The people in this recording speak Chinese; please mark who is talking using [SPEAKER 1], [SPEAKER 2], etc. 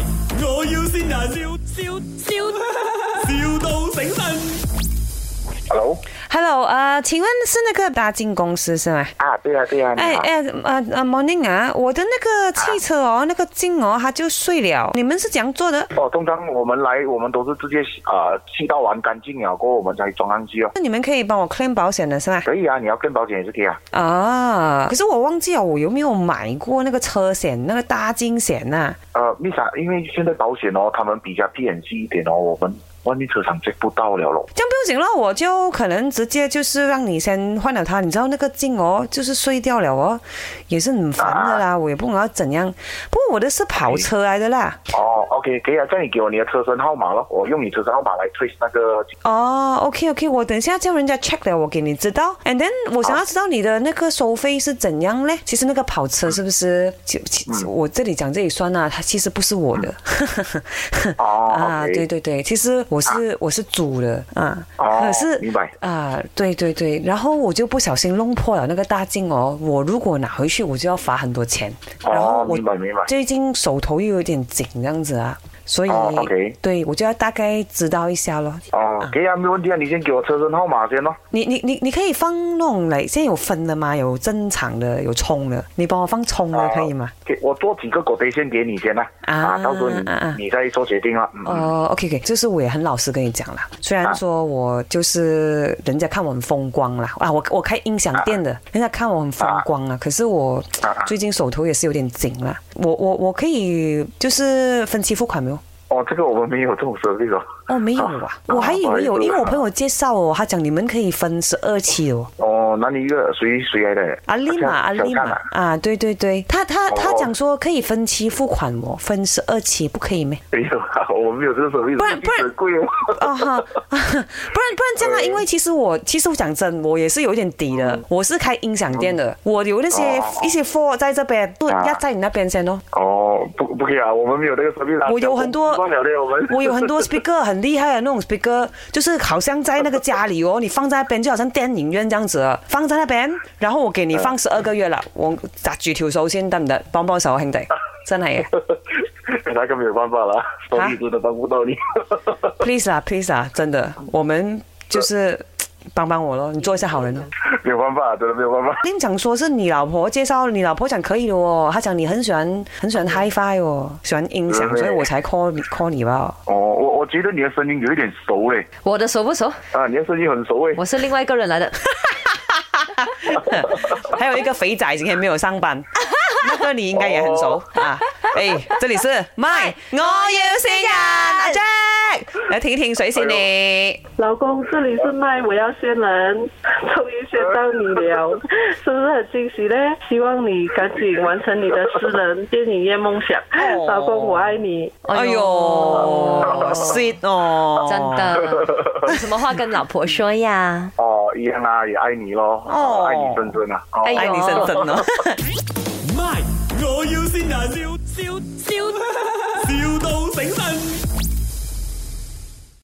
[SPEAKER 1] 我要先人，笑笑笑，,笑到醒神。
[SPEAKER 2] Hello，
[SPEAKER 3] Hello，呃，请问是那个大金公司是吗？
[SPEAKER 2] 啊，对啊，对啊，你
[SPEAKER 3] 哎
[SPEAKER 2] 好，
[SPEAKER 3] 哎呃呃，morning 啊，我的那个汽车哦，那个金哦，它就碎了。你们是怎样做的？
[SPEAKER 2] 哦，通常我们来，我们都是直接啊，气到完干净了过后，我们才装上去哦。
[SPEAKER 3] 那你们可以帮我 claim 保险的是吧？
[SPEAKER 2] 可以啊，你要跟保险也是可以啊。
[SPEAKER 3] 啊，可是我忘记了我有没有买过那个车险，那个大金险啊呐、
[SPEAKER 2] 呃，Misa，因为现在保险哦，他们比较偏细一点哦，我们外面车厂 check 不到了咯。
[SPEAKER 3] 这样不用紧了，我就可能直接就是让你先换了它。你知道那个金哦，就是碎掉了哦，也是很烦的
[SPEAKER 2] 啊
[SPEAKER 3] 啦。我也不懂要怎样。不过我的是跑车来的啦。
[SPEAKER 2] 哦，OK，可以啊，这样你给我你的车身号码咯，我用你车身号码来 trace 那个。
[SPEAKER 3] 哦，OK OK，我等一下叫人家 check 了，我给你知道。And then 我想要知道你的那个收费是怎样嘞？其实那个跑车是不是？其其
[SPEAKER 2] 嗯
[SPEAKER 3] 其我这里讲这里算啊，它其实不是我的。
[SPEAKER 2] 哦
[SPEAKER 3] 啊，
[SPEAKER 2] ，OK
[SPEAKER 3] 对对对，其实我是、我是租的啊，
[SPEAKER 2] 哦
[SPEAKER 3] 可是
[SPEAKER 2] 明白
[SPEAKER 3] 啊，对对对，然后我就不小心弄破了那个大镜哦，我如果拿回去我就要罚很多钱，
[SPEAKER 2] 哦
[SPEAKER 3] 然后我
[SPEAKER 2] 明白明白
[SPEAKER 3] 最近手头又有点紧这样子啊，所以、
[SPEAKER 2] 哦，OK
[SPEAKER 3] 对我就要大概知道一下咯。
[SPEAKER 2] 哦，可以啊，没问题啊，你先给我车身号码先咯。
[SPEAKER 3] 你你你你可以放那种来，现在有分的吗？有正常的，有冲的，你帮我放冲的、
[SPEAKER 2] 啊
[SPEAKER 3] 可以吗？
[SPEAKER 2] 给我做几个狗腿先给你先啦、
[SPEAKER 3] 啊
[SPEAKER 2] 到时候你、
[SPEAKER 3] 啊啊
[SPEAKER 2] 你再做决定啦。嗯，嗯
[SPEAKER 3] 哦、o k OK，就是我也很老实跟你讲啦，虽然
[SPEAKER 2] 啊
[SPEAKER 3] 说我就是人家看我很风光啦，啊，我我开音响店的，人家看我很风光啊，可是我
[SPEAKER 2] 啊啊
[SPEAKER 3] 最近手头也是有点紧啦，我我我可以就是分期付款没有？
[SPEAKER 2] 哦，这个我们没有这种设备哦。
[SPEAKER 3] 哦，没有啊
[SPEAKER 2] 啊，
[SPEAKER 3] 我还以为
[SPEAKER 2] 不好
[SPEAKER 3] 有，
[SPEAKER 2] 意思
[SPEAKER 3] 因为我朋友介绍哦，他讲你们可以分十二期哦。
[SPEAKER 2] 哦，那你一个谁谁来的？
[SPEAKER 3] 阿丽
[SPEAKER 2] 小
[SPEAKER 3] 玛，阿丽
[SPEAKER 2] 小
[SPEAKER 3] 玛
[SPEAKER 2] 看啊
[SPEAKER 3] 啊，对对对，他他他
[SPEAKER 2] 哦
[SPEAKER 3] 讲说可以分期付款哦，分十二期不可 以没？
[SPEAKER 2] 没有啊，我们没有这个设备，
[SPEAKER 3] 不然不然
[SPEAKER 2] 很贵哦。
[SPEAKER 3] 啊哈， 不然不然这样啊，因为其实我其实我讲真，我也是有一点底的，我是开音响店的，我有那些
[SPEAKER 2] 哦嗯哦
[SPEAKER 3] 一些货在这边，不
[SPEAKER 2] 啊
[SPEAKER 3] 压在你那边先哦。
[SPEAKER 2] 哦，不不可以啊，我们没有这个设备啦。
[SPEAKER 3] 我有很多
[SPEAKER 2] 不了的，我们，
[SPEAKER 3] 我有 很多 speaker 很厉害的那种 speaker，就是好像在那个家 里哦，你放在那边就好像电影院这样子了，放在那边，然后我给你
[SPEAKER 2] 嗯
[SPEAKER 3] 放十二个月了，我扎住条手先得唔得？帮帮手啊兄弟，真系嘅
[SPEAKER 2] 哎那个没有办法啦，所
[SPEAKER 3] 啊
[SPEAKER 2] 以真的帮不到你。
[SPEAKER 3] ，please 啦 please 啦，真的，我们就是帮帮我咯，你做一下好人咯。
[SPEAKER 2] 没有办法，真的没有办法。
[SPEAKER 3] 林讲说是你老婆介绍，你老婆讲可以的哦，她讲你很喜欢很喜欢 HiFi 哦，喜欢音响，
[SPEAKER 2] 对
[SPEAKER 3] 所以我才 call 你 call 你吧。
[SPEAKER 2] 哦，我我觉得你的声音有一点熟嘞，
[SPEAKER 4] 我的熟不熟？
[SPEAKER 2] 啊，你的声音很熟诶。
[SPEAKER 4] 我是另外一个人来的。
[SPEAKER 3] 还有一个肥仔今天没有上班，那个你应该也很熟、啊。哎，这里是 My，我要新人阿 Jack，来听一听谁是你。
[SPEAKER 5] 老公，这里是麦，我要先人，终于先到你了，是不是很惊喜呢？希望你赶紧完成你的私人电影业梦想，
[SPEAKER 3] 哦
[SPEAKER 5] 老公，我爱你。
[SPEAKER 3] 哎呦，sweet 哦，
[SPEAKER 4] 哦 真。的，有什么话跟老婆说呀？
[SPEAKER 2] 哦，一样啊，也爱你咯，
[SPEAKER 3] 哦
[SPEAKER 2] 爱你深深啊。哦
[SPEAKER 4] 哎呦
[SPEAKER 3] 爱你深深哦。
[SPEAKER 1] 卖，我要先人，笑笑笑，,笑到醒神。